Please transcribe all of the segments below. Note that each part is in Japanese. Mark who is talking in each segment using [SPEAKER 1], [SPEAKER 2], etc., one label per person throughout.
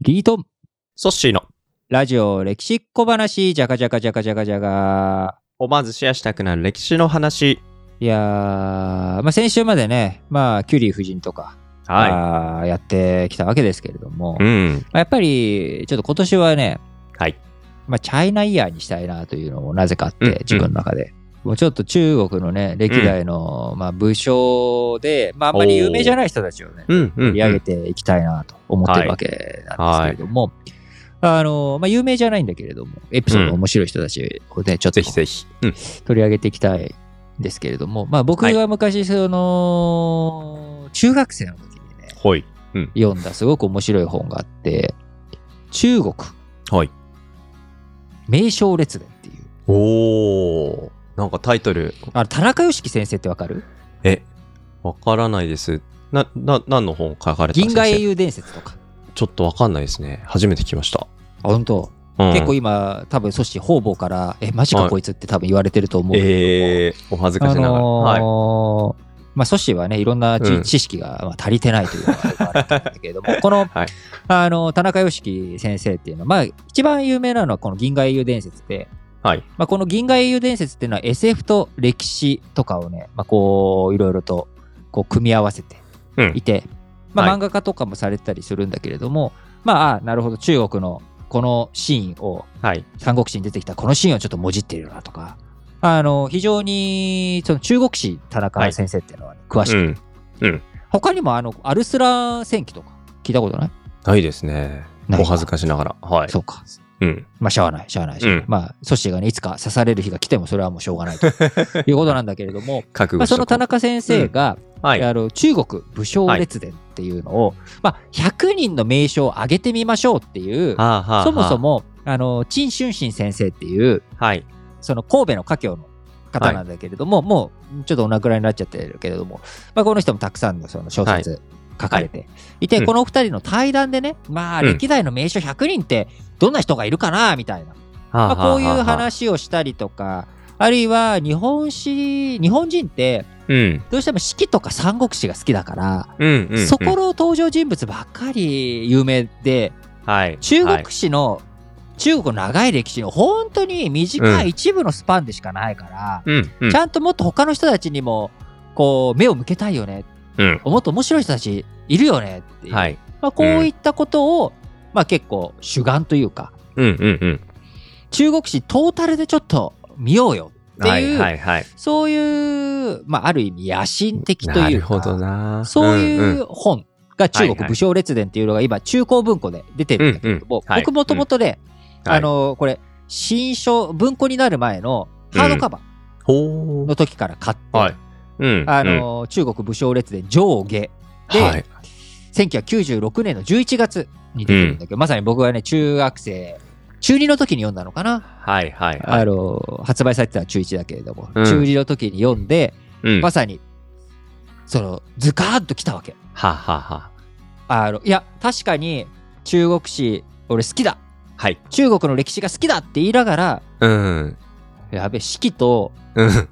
[SPEAKER 1] リートン
[SPEAKER 2] ソッシーの
[SPEAKER 1] ラジオ歴史っ小話、じゃかじゃかじゃかじゃかじゃが。
[SPEAKER 2] 思わずシェアしたくなる歴史の話。
[SPEAKER 1] いやー、まあ、先週までね、まあ、キュリー夫人とか、
[SPEAKER 2] は
[SPEAKER 1] あーやってきたわけですけれども、
[SPEAKER 2] い。う
[SPEAKER 1] ま
[SPEAKER 2] ん。
[SPEAKER 1] あやっぱり、ちょっと今年はね、
[SPEAKER 2] はい。
[SPEAKER 1] まあ、チャイナイヤーにしたいなというのもなぜかあっ
[SPEAKER 2] うんうん
[SPEAKER 1] て、自分の中で。もうちょっと中国のね、歴代の、まあ、武将で、まあ、あんまり有名じゃない人たちをね、
[SPEAKER 2] うん、うん。
[SPEAKER 1] 盛り上げていきたいなと思ってるわけなんですけれども、あのまあ、有名じゃないんだけれども、エピソード面白い人たちをね、ちょっと
[SPEAKER 2] ぜひぜひ。うん。
[SPEAKER 1] 取り上げていきたいんですけれども、まあ、僕が昔、その、中学生の時にね、
[SPEAKER 2] ほい。
[SPEAKER 1] 読んだすごく面白い本があって、中国
[SPEAKER 2] はい。
[SPEAKER 1] 名称列伝っていう、
[SPEAKER 2] おー。なんかタイトル、
[SPEAKER 1] あ田中良樹先生ってわかる
[SPEAKER 2] え、わからないです。な、な、何の本書かれて
[SPEAKER 1] 銀河英
[SPEAKER 2] 雄。
[SPEAKER 1] 雄伝説とか。
[SPEAKER 2] ちょっとわかんないですね。初めて聞きました。
[SPEAKER 1] あ本当、
[SPEAKER 2] うん、
[SPEAKER 1] 結構今、多分、そして方々から、え、マジか
[SPEAKER 2] はい
[SPEAKER 1] こいつって多分言われてると思うけれども。
[SPEAKER 2] えー、お恥ずか
[SPEAKER 1] あ
[SPEAKER 2] しながら。はい。
[SPEAKER 1] のーまあ、ソシーはね、いろんな知,、
[SPEAKER 2] うん
[SPEAKER 1] 知識がまあ足りてないというのがあるんだけれ ども、この、
[SPEAKER 2] はい
[SPEAKER 1] あの田中良樹先生っていうのは、まあ、一番有名なのはこの銀河英雄伝説で、
[SPEAKER 2] はい。
[SPEAKER 1] まあ、この銀河英雄伝説っていうのは SF と歴史とかをね、まあ、こう、いろいろとこう組み合わせて
[SPEAKER 2] うん
[SPEAKER 1] いて、まあ、
[SPEAKER 2] はい
[SPEAKER 1] 漫画家とかもされてたりするんだけれども、まあ、あなるほど、中国のこのシーンを
[SPEAKER 2] はい。
[SPEAKER 1] 三国志に出てきたこのシーンをちょっともじっているなとか、あの、非常に、その中国史田中先生っていうのはね、詳し
[SPEAKER 2] う
[SPEAKER 1] く、
[SPEAKER 2] ん。
[SPEAKER 1] 他にもあの、アルスラー戦記とか聞いたことない
[SPEAKER 2] ないですね。
[SPEAKER 1] ない
[SPEAKER 2] お恥ずかしながら。はい。
[SPEAKER 1] そうか。
[SPEAKER 2] うん。
[SPEAKER 1] まあ、しゃあない、しゃあないし、
[SPEAKER 2] うん
[SPEAKER 1] まあ、組織がね、いつか刺される日が来てもそれはもうしょうが ないということなんだけれども、
[SPEAKER 2] 覚
[SPEAKER 1] ま
[SPEAKER 2] 悟
[SPEAKER 1] あ、
[SPEAKER 2] し
[SPEAKER 1] その
[SPEAKER 2] とこう
[SPEAKER 1] 田中先生が、
[SPEAKER 2] はい。
[SPEAKER 1] あの中国武将列伝っていうのを、まあ、100人の名称を挙げてみましょうっていう、
[SPEAKER 2] はあはあはあ
[SPEAKER 1] そもそ。も、あの、陳春心先生っていう、
[SPEAKER 2] はい。
[SPEAKER 1] その神戸の家境の方なんだけれども、もうちょっとお亡くなりになっちゃってるけれども、まあ、この人もたくさんのその小説書かれていて、
[SPEAKER 2] うん
[SPEAKER 1] このお二人の対談でね、まあ、
[SPEAKER 2] うん
[SPEAKER 1] 歴代の名所100人ってどんな人がいるかなみたいな、
[SPEAKER 2] ま
[SPEAKER 1] まあ、こういう。話をしたりとか、あるいは日本史日本人って
[SPEAKER 2] うん。
[SPEAKER 1] どうしても四季とか三国志が好きだから、
[SPEAKER 2] うんうん、うん。
[SPEAKER 1] そこの登場人物ばっかり有名で
[SPEAKER 2] はい。
[SPEAKER 1] 中
[SPEAKER 2] はい
[SPEAKER 1] 国史の、中国の長い歴史の本当に短い一部のスパンでしかないから、
[SPEAKER 2] うん、うん
[SPEAKER 1] ち。ゃんともっと他の人たちにもこう目を向けたいよね
[SPEAKER 2] うん。
[SPEAKER 1] もっと面白い人たちいるよねっていう、
[SPEAKER 2] はい。
[SPEAKER 1] まあ、こういったことを、まあ、結構主眼というか
[SPEAKER 2] うんうんうん。
[SPEAKER 1] 中国史トータルでちょっと見ようよって、
[SPEAKER 2] はいいうはいはい。
[SPEAKER 1] そういう、まあ、ある意味野心的というか
[SPEAKER 2] なるほどな。
[SPEAKER 1] そう
[SPEAKER 2] うん
[SPEAKER 1] いうう本が中
[SPEAKER 2] はいは
[SPEAKER 1] 国
[SPEAKER 2] い
[SPEAKER 1] 武将列伝っていうのが今中高文庫で出てるんだけれども
[SPEAKER 2] うんうんはい
[SPEAKER 1] 僕もともとね
[SPEAKER 2] はい
[SPEAKER 1] あのこれ新書文庫になる前のハードカバー
[SPEAKER 2] ほ
[SPEAKER 1] の時から買って、
[SPEAKER 2] う。はい。うん。
[SPEAKER 1] あの中国武将列伝上下
[SPEAKER 2] う
[SPEAKER 1] で、
[SPEAKER 2] ん、はい。
[SPEAKER 1] 1996年の11月に出てるんだけど、まさに僕がね中学生中2の時に読んだのかな、
[SPEAKER 2] はいはいは
[SPEAKER 1] あ
[SPEAKER 2] い。
[SPEAKER 1] の発売されてたのは中1だけれども、
[SPEAKER 2] うん
[SPEAKER 1] 中2の時に読んで
[SPEAKER 2] うん。
[SPEAKER 1] ま
[SPEAKER 2] は
[SPEAKER 1] さにそのズカーンときたわけ
[SPEAKER 2] はは。
[SPEAKER 1] あのいや確かに中国史俺好きだ
[SPEAKER 2] はい。
[SPEAKER 1] 中国の歴史が好きだって言いながら
[SPEAKER 2] うん。
[SPEAKER 1] やべ四季と
[SPEAKER 2] うん。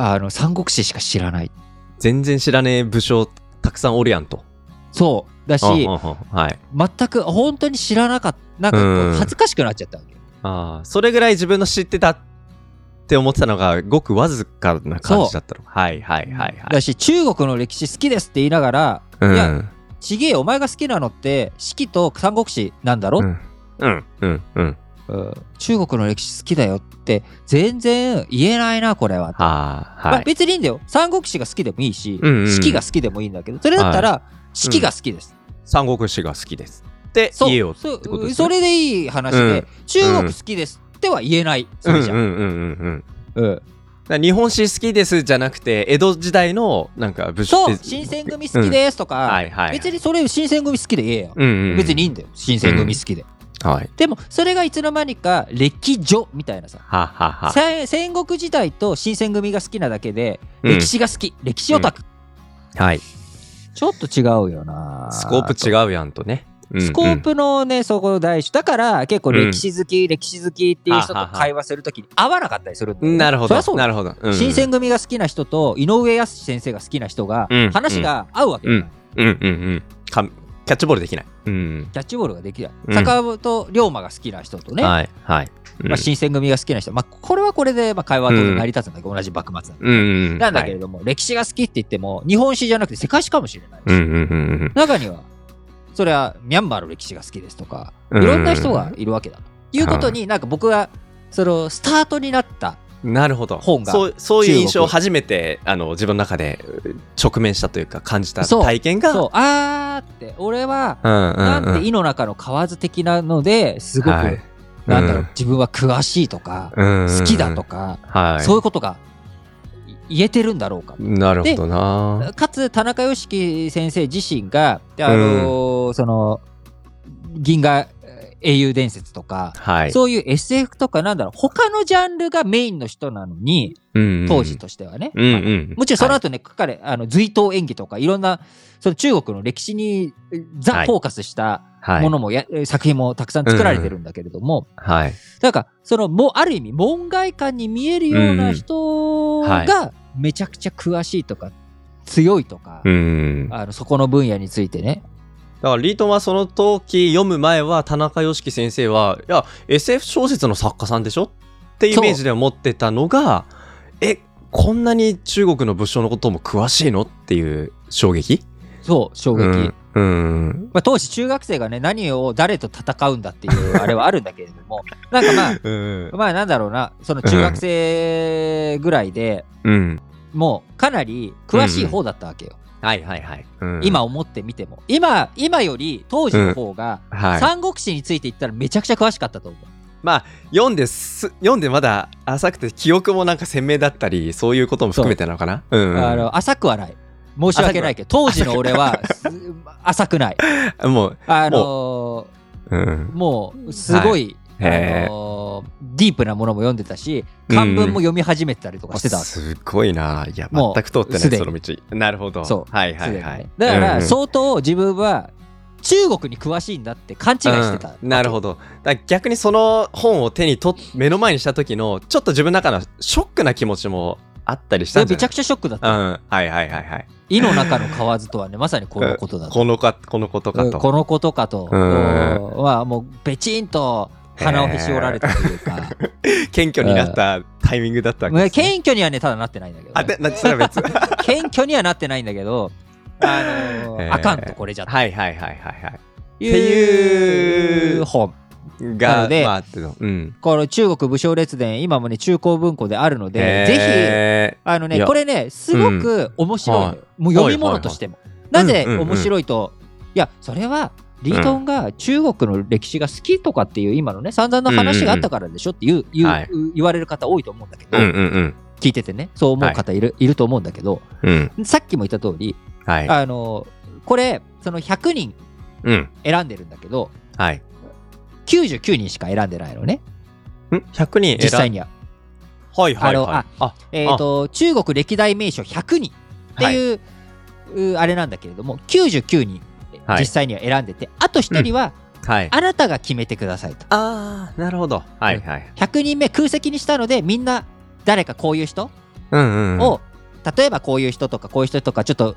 [SPEAKER 1] あの三国志しか知らない
[SPEAKER 2] 全然知らねえ武将たくさんおるやんと。
[SPEAKER 1] そうだし
[SPEAKER 2] うんうんうんはい。
[SPEAKER 1] 全く本当に知らなかったなんかこ
[SPEAKER 2] う
[SPEAKER 1] うん恥ずかしくなっちゃったわけ、
[SPEAKER 2] ああ、それぐらい自分の知ってたって思ってたのが、ごくわずかな感じだったの。はいはいはいは
[SPEAKER 1] だ
[SPEAKER 2] い。
[SPEAKER 1] し中国の歴史好きですって言いながら
[SPEAKER 2] う
[SPEAKER 1] いや
[SPEAKER 2] ん。
[SPEAKER 1] ちげえよお前が好きなのって四季と三国志なんだろ、
[SPEAKER 2] うん。うん。うん。うん。
[SPEAKER 1] うん中国の歴史好きだよって全然言えないなこれは
[SPEAKER 2] ああ、
[SPEAKER 1] ま
[SPEAKER 2] は
[SPEAKER 1] あ、
[SPEAKER 2] い。
[SPEAKER 1] 別にいいんだよ三国志が好きでもいいし、
[SPEAKER 2] うんうんうん
[SPEAKER 1] 四季が好きでもいいんだけどそれだったら四季が好きです、
[SPEAKER 2] 三国志が好きです。って
[SPEAKER 1] そう
[SPEAKER 2] 言えよって
[SPEAKER 1] そ
[SPEAKER 2] ことですね。
[SPEAKER 1] うそれでいい話で、
[SPEAKER 2] うん
[SPEAKER 1] 中国好きですっては言えないそれじゃん、
[SPEAKER 2] う
[SPEAKER 1] うん
[SPEAKER 2] んうんうんうんうん。だから日本史好きですじゃなくて江戸時代のなんか武将
[SPEAKER 1] そ
[SPEAKER 2] っ
[SPEAKER 1] う
[SPEAKER 2] て
[SPEAKER 1] 新選組好きですと
[SPEAKER 2] うん
[SPEAKER 1] か、
[SPEAKER 2] はいはい
[SPEAKER 1] 別にそれ新選組好きで言えよ、
[SPEAKER 2] うんうんうん
[SPEAKER 1] 別にいいんだよ新選組好きで、
[SPEAKER 2] はい
[SPEAKER 1] でもそれがいつの間にか歴女みたいなさ
[SPEAKER 2] ははは
[SPEAKER 1] 戦戦国時代と新選組が好きなだけで、
[SPEAKER 2] うん
[SPEAKER 1] 歴史が好き歴史オタク、
[SPEAKER 2] はい
[SPEAKER 1] ちょっと違うよな
[SPEAKER 2] スコープ違うやんとねうんうん
[SPEAKER 1] スコープのね、そこ大主だから結構歴史好き、歴史好きっていう人と
[SPEAKER 2] ははは
[SPEAKER 1] 会話するときに合わなかったりするんだよね
[SPEAKER 2] なるほ
[SPEAKER 1] そり
[SPEAKER 2] ど
[SPEAKER 1] ゃそうだ
[SPEAKER 2] なるほどうんうん
[SPEAKER 1] 新選組が好きな人と井上康先生が好きな人が
[SPEAKER 2] うん
[SPEAKER 1] 話が合うわけじゃない、
[SPEAKER 2] うんうんうんかキャッチボールできない。うん。
[SPEAKER 1] キャッチボールができない
[SPEAKER 2] うん
[SPEAKER 1] 坂本龍馬が好きな人とね、
[SPEAKER 2] はい。はい。うん
[SPEAKER 1] まあ、新選組が好きな人、まあ、これはこれでまあ会話は当然成り立つんだけど、同じ幕末なんだ
[SPEAKER 2] うんうん。
[SPEAKER 1] なんだけれ
[SPEAKER 2] ど。
[SPEAKER 1] ども、歴史が好きって言っても日本史じゃなくて世界史かもしれないし、
[SPEAKER 2] うんうんうん
[SPEAKER 1] 中にはそれはミャンマーの歴史が好きですとか
[SPEAKER 2] うん
[SPEAKER 1] いろんな人がいるわけだと、いうことになんか僕がそのスタートになった
[SPEAKER 2] うん。なるほど。
[SPEAKER 1] 本が
[SPEAKER 2] そうそういう印象を
[SPEAKER 1] 中
[SPEAKER 2] 初めてあの自分の中で直面したというか感じた
[SPEAKER 1] そう
[SPEAKER 2] 体験が。
[SPEAKER 1] そうあーって俺は
[SPEAKER 2] うんうんうん。
[SPEAKER 1] なんて井の中の蛙的なのですごく、
[SPEAKER 2] はい
[SPEAKER 1] なんだろう、
[SPEAKER 2] うん
[SPEAKER 1] 自分は詳しいとか、好
[SPEAKER 2] 好
[SPEAKER 1] きだと。か、
[SPEAKER 2] はい。
[SPEAKER 1] そういうことがい言えてるんだろうか
[SPEAKER 2] なるほどな。
[SPEAKER 1] かつ田中良樹先生自身がであのーその銀河えー英雄伝説とか、
[SPEAKER 2] はい。
[SPEAKER 1] そういう SF とかなんだろう他のジャンルがメインの人なのに
[SPEAKER 2] うんうん
[SPEAKER 1] 当時。としてはね、
[SPEAKER 2] うんうん。
[SPEAKER 1] もちろんその
[SPEAKER 2] はい
[SPEAKER 1] 後ね、彼あの随頭演技とかいろんなその中国の歴史にえー
[SPEAKER 2] は
[SPEAKER 1] ザ・
[SPEAKER 2] い
[SPEAKER 1] フォーカスした
[SPEAKER 2] はい
[SPEAKER 1] ものもや、えー作品もたくさん作られてるんだけれども、
[SPEAKER 2] はい。
[SPEAKER 1] なんかそのもうある意味門外漢に見えるような人
[SPEAKER 2] うんはい
[SPEAKER 1] がめちゃくちゃ詳しいとか強いとか、
[SPEAKER 2] うん。だか
[SPEAKER 1] あのそこの分野についてね
[SPEAKER 2] らリートンはその時読む前は田中良樹先生は、いや、SF 小説の作家さんでしょってイメージで思ってたのが、え、こんなに中国の武将のことも詳しいのっていう衝撃
[SPEAKER 1] そう衝撃、
[SPEAKER 2] うんうん。
[SPEAKER 1] まあ、当時中学生がね何を誰と戦うんだって いうあれはあるんだけれどもなんかまあ
[SPEAKER 2] うん。
[SPEAKER 1] まあなんだろうなその中学生ぐらいで
[SPEAKER 2] うん。
[SPEAKER 1] もうかなり詳しい方だったわけよ、
[SPEAKER 2] はいはいはい。うん、
[SPEAKER 1] 今思ってみても今今より当時の方が
[SPEAKER 2] はい、
[SPEAKER 1] 三国志について言ったらめちゃくちゃ詳しかったと思う
[SPEAKER 2] 読んです読んでまだ浅くて記憶もなんか鮮明だったりそういうことも含めてなのかなうん
[SPEAKER 1] あの浅くはない。申し訳ないけど、当時の俺はす浅くない。
[SPEAKER 2] もう、
[SPEAKER 1] あの
[SPEAKER 2] うん
[SPEAKER 1] ー、もう、すごい、
[SPEAKER 2] はいへー
[SPEAKER 1] あのーディープなものも読んでたし、漢文も読み始めてたりとかしてたわけ。
[SPEAKER 2] すごいないや
[SPEAKER 1] もう
[SPEAKER 2] 全く通ってない
[SPEAKER 1] すでに
[SPEAKER 2] その道なるほど
[SPEAKER 1] そう
[SPEAKER 2] はいはいはい、
[SPEAKER 1] すでにねだから、
[SPEAKER 2] う
[SPEAKER 1] 相当自分は中国に詳しいんだって勘違いしてた。
[SPEAKER 2] うんなるほどだから逆にその本を手に取っ目の前にした時のちょっと自分の中のショックな気持ちもあったりし
[SPEAKER 1] そ
[SPEAKER 2] た
[SPEAKER 1] れ
[SPEAKER 2] んじ
[SPEAKER 1] め
[SPEAKER 2] ゃな
[SPEAKER 1] ちゃ
[SPEAKER 2] い
[SPEAKER 1] くちゃショックだっ
[SPEAKER 2] う
[SPEAKER 1] た。
[SPEAKER 2] んはいはいはいはい
[SPEAKER 1] 井の中の蛙とはね、まさにこのことだと。
[SPEAKER 2] このかこのことかと、
[SPEAKER 1] このことかと、
[SPEAKER 2] うん
[SPEAKER 1] はもう、べちんと鼻をへし折られたという か、
[SPEAKER 2] 謙虚になったタイミングだったわけです、ね、
[SPEAKER 1] 謙虚にはね、ただなってないんだけどね、
[SPEAKER 2] あでなそれは 別は
[SPEAKER 1] 謙虚にはなってないんだけど、あのー
[SPEAKER 2] えー
[SPEAKER 1] あかんとこれじゃと
[SPEAKER 2] いはいはいはいはい
[SPEAKER 1] い
[SPEAKER 2] っていうう
[SPEAKER 1] 本。な
[SPEAKER 2] が
[SPEAKER 1] ので
[SPEAKER 2] まあってのうん
[SPEAKER 1] この中国武将列伝、今もね、中高文庫であるので、ぜひ、
[SPEAKER 2] ぜ
[SPEAKER 1] あの
[SPEAKER 2] い
[SPEAKER 1] ね、
[SPEAKER 2] や
[SPEAKER 1] これね、すごく面白いのよ、
[SPEAKER 2] はい
[SPEAKER 1] もう読み物としても。
[SPEAKER 2] はいはい
[SPEAKER 1] なぜ
[SPEAKER 2] うんうんうん
[SPEAKER 1] 面白いと、いや、それは、リートンが中国の歴史が好きとかっていう今のね散々な話があったからでしょっていう言う
[SPEAKER 2] はい
[SPEAKER 1] 言われる方多いと思うんだけど、
[SPEAKER 2] うんうん
[SPEAKER 1] 聞いててねそう思う方いる,、い、ると思うんだけど
[SPEAKER 2] うんうん
[SPEAKER 1] さっきも言った通り、
[SPEAKER 2] はい
[SPEAKER 1] あのこれその100人
[SPEAKER 2] うん
[SPEAKER 1] 選んでるんだけど
[SPEAKER 2] はい
[SPEAKER 1] 99人しか選んでないのね
[SPEAKER 2] ん100人選ん
[SPEAKER 1] 実際には、
[SPEAKER 2] はいはいはい
[SPEAKER 1] あ
[SPEAKER 2] あ
[SPEAKER 1] えー、と中国歴代名所100人っていう,うー、あれなんだけれども99人
[SPEAKER 2] はい
[SPEAKER 1] 実際には選んでて、あと1人は、
[SPEAKER 2] はい
[SPEAKER 1] あなたが決めてくださいと
[SPEAKER 2] ああなるほどはいはい
[SPEAKER 1] 100人目空席にしたのでみんな誰かこういう人
[SPEAKER 2] うんうんうん
[SPEAKER 1] を、例えばこういう人とかこういう人とかちょっとうー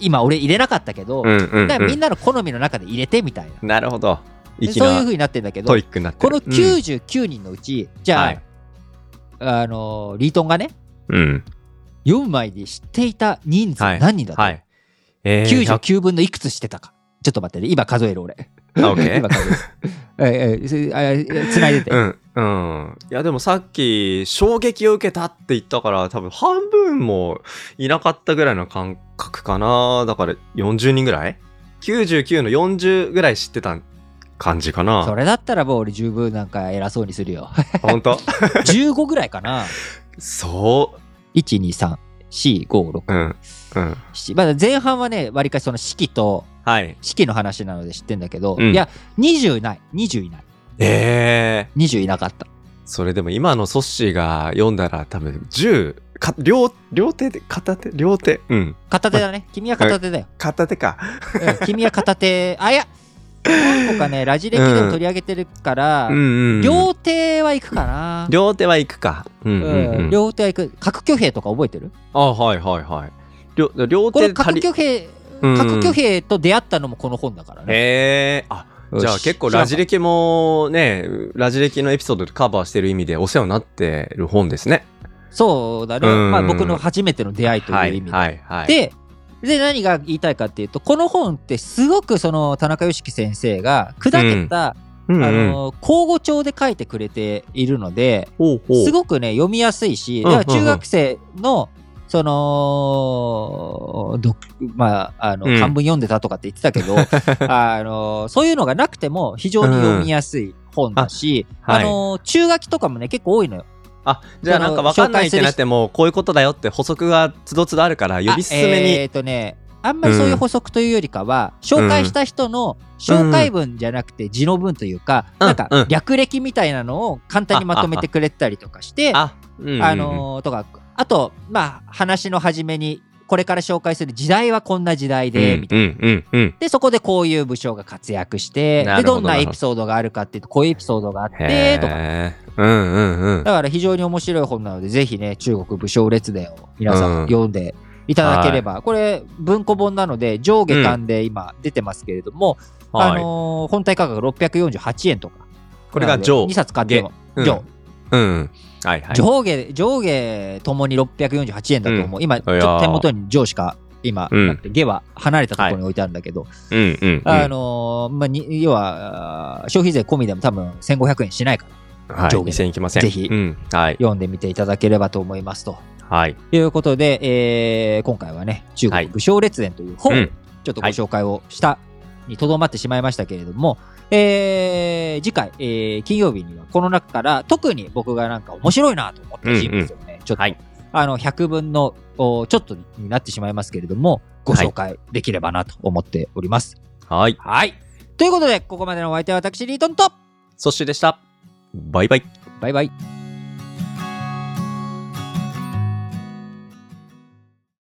[SPEAKER 1] 今俺入れなかったけど、
[SPEAKER 2] うんうんうん
[SPEAKER 1] だからみんなの好みの中で入れてみたいな、
[SPEAKER 2] なるほど
[SPEAKER 1] で
[SPEAKER 2] 粋
[SPEAKER 1] そういう
[SPEAKER 2] な
[SPEAKER 1] 風になってんだけど
[SPEAKER 2] トイックになって
[SPEAKER 1] こ
[SPEAKER 2] る
[SPEAKER 1] の99人のうち、じ
[SPEAKER 2] うん
[SPEAKER 1] ゃあ、
[SPEAKER 2] はい
[SPEAKER 1] あのーリートンがね、
[SPEAKER 2] うん
[SPEAKER 1] 4枚で知っていた人数何人だった、
[SPEAKER 2] はいえー
[SPEAKER 1] ?99 分のいくつしてたか。ちょっと待ってね、今数える俺。
[SPEAKER 2] あ OK
[SPEAKER 1] 今数える。ええすあえつないでて。
[SPEAKER 2] うんうん、いやでもさっき衝撃を受けたって言ったから多分半分もいなかったぐらいの感覚かなだから40人ぐらい ?99 の40ぐらい知ってた感じか
[SPEAKER 1] そ
[SPEAKER 2] な
[SPEAKER 1] れだったらもう俺十分なんか偉そうにするよ。
[SPEAKER 2] 本 当
[SPEAKER 1] 15ぐらいかな。
[SPEAKER 2] そ
[SPEAKER 1] 1、2、3、4、5、6
[SPEAKER 2] う、うんうん、
[SPEAKER 1] 7。まだ前半はね、わりかしその式と、
[SPEAKER 2] はい
[SPEAKER 1] 式の話なので知ってんだけど、
[SPEAKER 2] うん
[SPEAKER 1] いや、20ない。20いない。
[SPEAKER 2] えー、
[SPEAKER 1] 20いなかった。
[SPEAKER 2] それでも今のソッシーが読んだら多分10か両両手で片手両手うん
[SPEAKER 1] 片手だね。君は片手だよ。
[SPEAKER 2] 片手か
[SPEAKER 1] うん君は片手、あ、いや、何個かね、ラジ歴でも取り上げてるから、
[SPEAKER 2] うんうん
[SPEAKER 1] 両手は行くかな。
[SPEAKER 2] 両手はいくかうんうん、うん
[SPEAKER 1] うん両手は行く。核挙兵とか覚えてる
[SPEAKER 2] あはいはいはい。両両
[SPEAKER 1] これ
[SPEAKER 2] 手
[SPEAKER 1] 核
[SPEAKER 2] 足り
[SPEAKER 1] 挙兵
[SPEAKER 2] うん
[SPEAKER 1] 核挙兵と出会ったのもこの本だからね。
[SPEAKER 2] へえあじゃあ結構ラジ
[SPEAKER 1] レ
[SPEAKER 2] 歴もねラジ歴のエピソードでカバーしてる意味でお世話になってる本ですね
[SPEAKER 1] そうだね、
[SPEAKER 2] うん
[SPEAKER 1] まあ、僕の初めての出会いという意味で。
[SPEAKER 2] はいはいはい、
[SPEAKER 1] でで何が言いたいかっていうとこの本ってすごくその田中良樹先生が砕けた、
[SPEAKER 2] うんうん
[SPEAKER 1] あの口語調で書いてくれているので
[SPEAKER 2] ほうほう
[SPEAKER 1] すごくね読みやすいし
[SPEAKER 2] うん
[SPEAKER 1] だから中学生のそのどまああの
[SPEAKER 2] うん
[SPEAKER 1] 漢文読んでたとかって言ってた けどあのそういうのがなくても非常に読みやすい本だし
[SPEAKER 2] うんあ
[SPEAKER 1] あの中書きとかもね結構多いのよ。
[SPEAKER 2] あじゃあなんかわかんないってなってもこういうことだよって補足がつどつどあるからより進めに、
[SPEAKER 1] あえーとねあんまりそういう補足というよりかは、紹介した人の紹介文じゃなくて字の文というか、
[SPEAKER 2] うん
[SPEAKER 1] なんか
[SPEAKER 2] うん
[SPEAKER 1] 略歴みたいなのを簡単にまとめてくれたりとかして、あ
[SPEAKER 2] あ、うんうんうん
[SPEAKER 1] のーとかあとまあ話の初めにこれから紹介する時代はこんな時代で、みたいな。
[SPEAKER 2] うんうんうんうん
[SPEAKER 1] でそこでこういう武将が活躍して
[SPEAKER 2] な
[SPEAKER 1] で
[SPEAKER 2] るほ
[SPEAKER 1] ど
[SPEAKER 2] ど
[SPEAKER 1] んなエピソードがあるかっていうとこういうエピソードがあって
[SPEAKER 2] へ
[SPEAKER 1] とか
[SPEAKER 2] えうんうんうん
[SPEAKER 1] だから非常に面白い本なのでぜひね中国武将列伝を皆さ
[SPEAKER 2] うん
[SPEAKER 1] ん読んでいただければ、これ文庫本なので上下巻で今出てますけれども、あ
[SPEAKER 2] はい
[SPEAKER 1] のー本体価格648円とか
[SPEAKER 2] これが上
[SPEAKER 1] 2冊買っても
[SPEAKER 2] うん
[SPEAKER 1] 上
[SPEAKER 2] うんはいはい
[SPEAKER 1] 上下上下ともに648円だと思う、今ちょっ
[SPEAKER 2] いやー
[SPEAKER 1] と手元に上しか今
[SPEAKER 2] うん
[SPEAKER 1] なくて、下は離れたところに置いてあるんだけど、
[SPEAKER 2] うんうんうん
[SPEAKER 1] あのーまあ、に要はあー消費税込みでも多分1500円しないから
[SPEAKER 2] はい
[SPEAKER 1] 上下
[SPEAKER 2] 2000いきません
[SPEAKER 1] ぜひ
[SPEAKER 2] うんはい
[SPEAKER 1] 読んでみていただければと思いますと
[SPEAKER 2] はい
[SPEAKER 1] ということで、えー今回はね、中
[SPEAKER 2] はい
[SPEAKER 1] 国武将列伝という本、
[SPEAKER 2] う
[SPEAKER 1] を
[SPEAKER 2] ん
[SPEAKER 1] ちょっとご紹介をしたにとどまってしまいましたけれども、えー次回、えー金曜日にはこの中から特に僕がなんか面白いなと思った人物をね、ちょっと、
[SPEAKER 2] はい
[SPEAKER 1] あの、100分のおちょっとになってしまいますけれども、ご紹介できればなと思っております。
[SPEAKER 2] はい
[SPEAKER 1] はい。ということで、ここまでのお相手は私、リートンと、
[SPEAKER 2] そしてでしたバイバイ
[SPEAKER 1] バイバイ。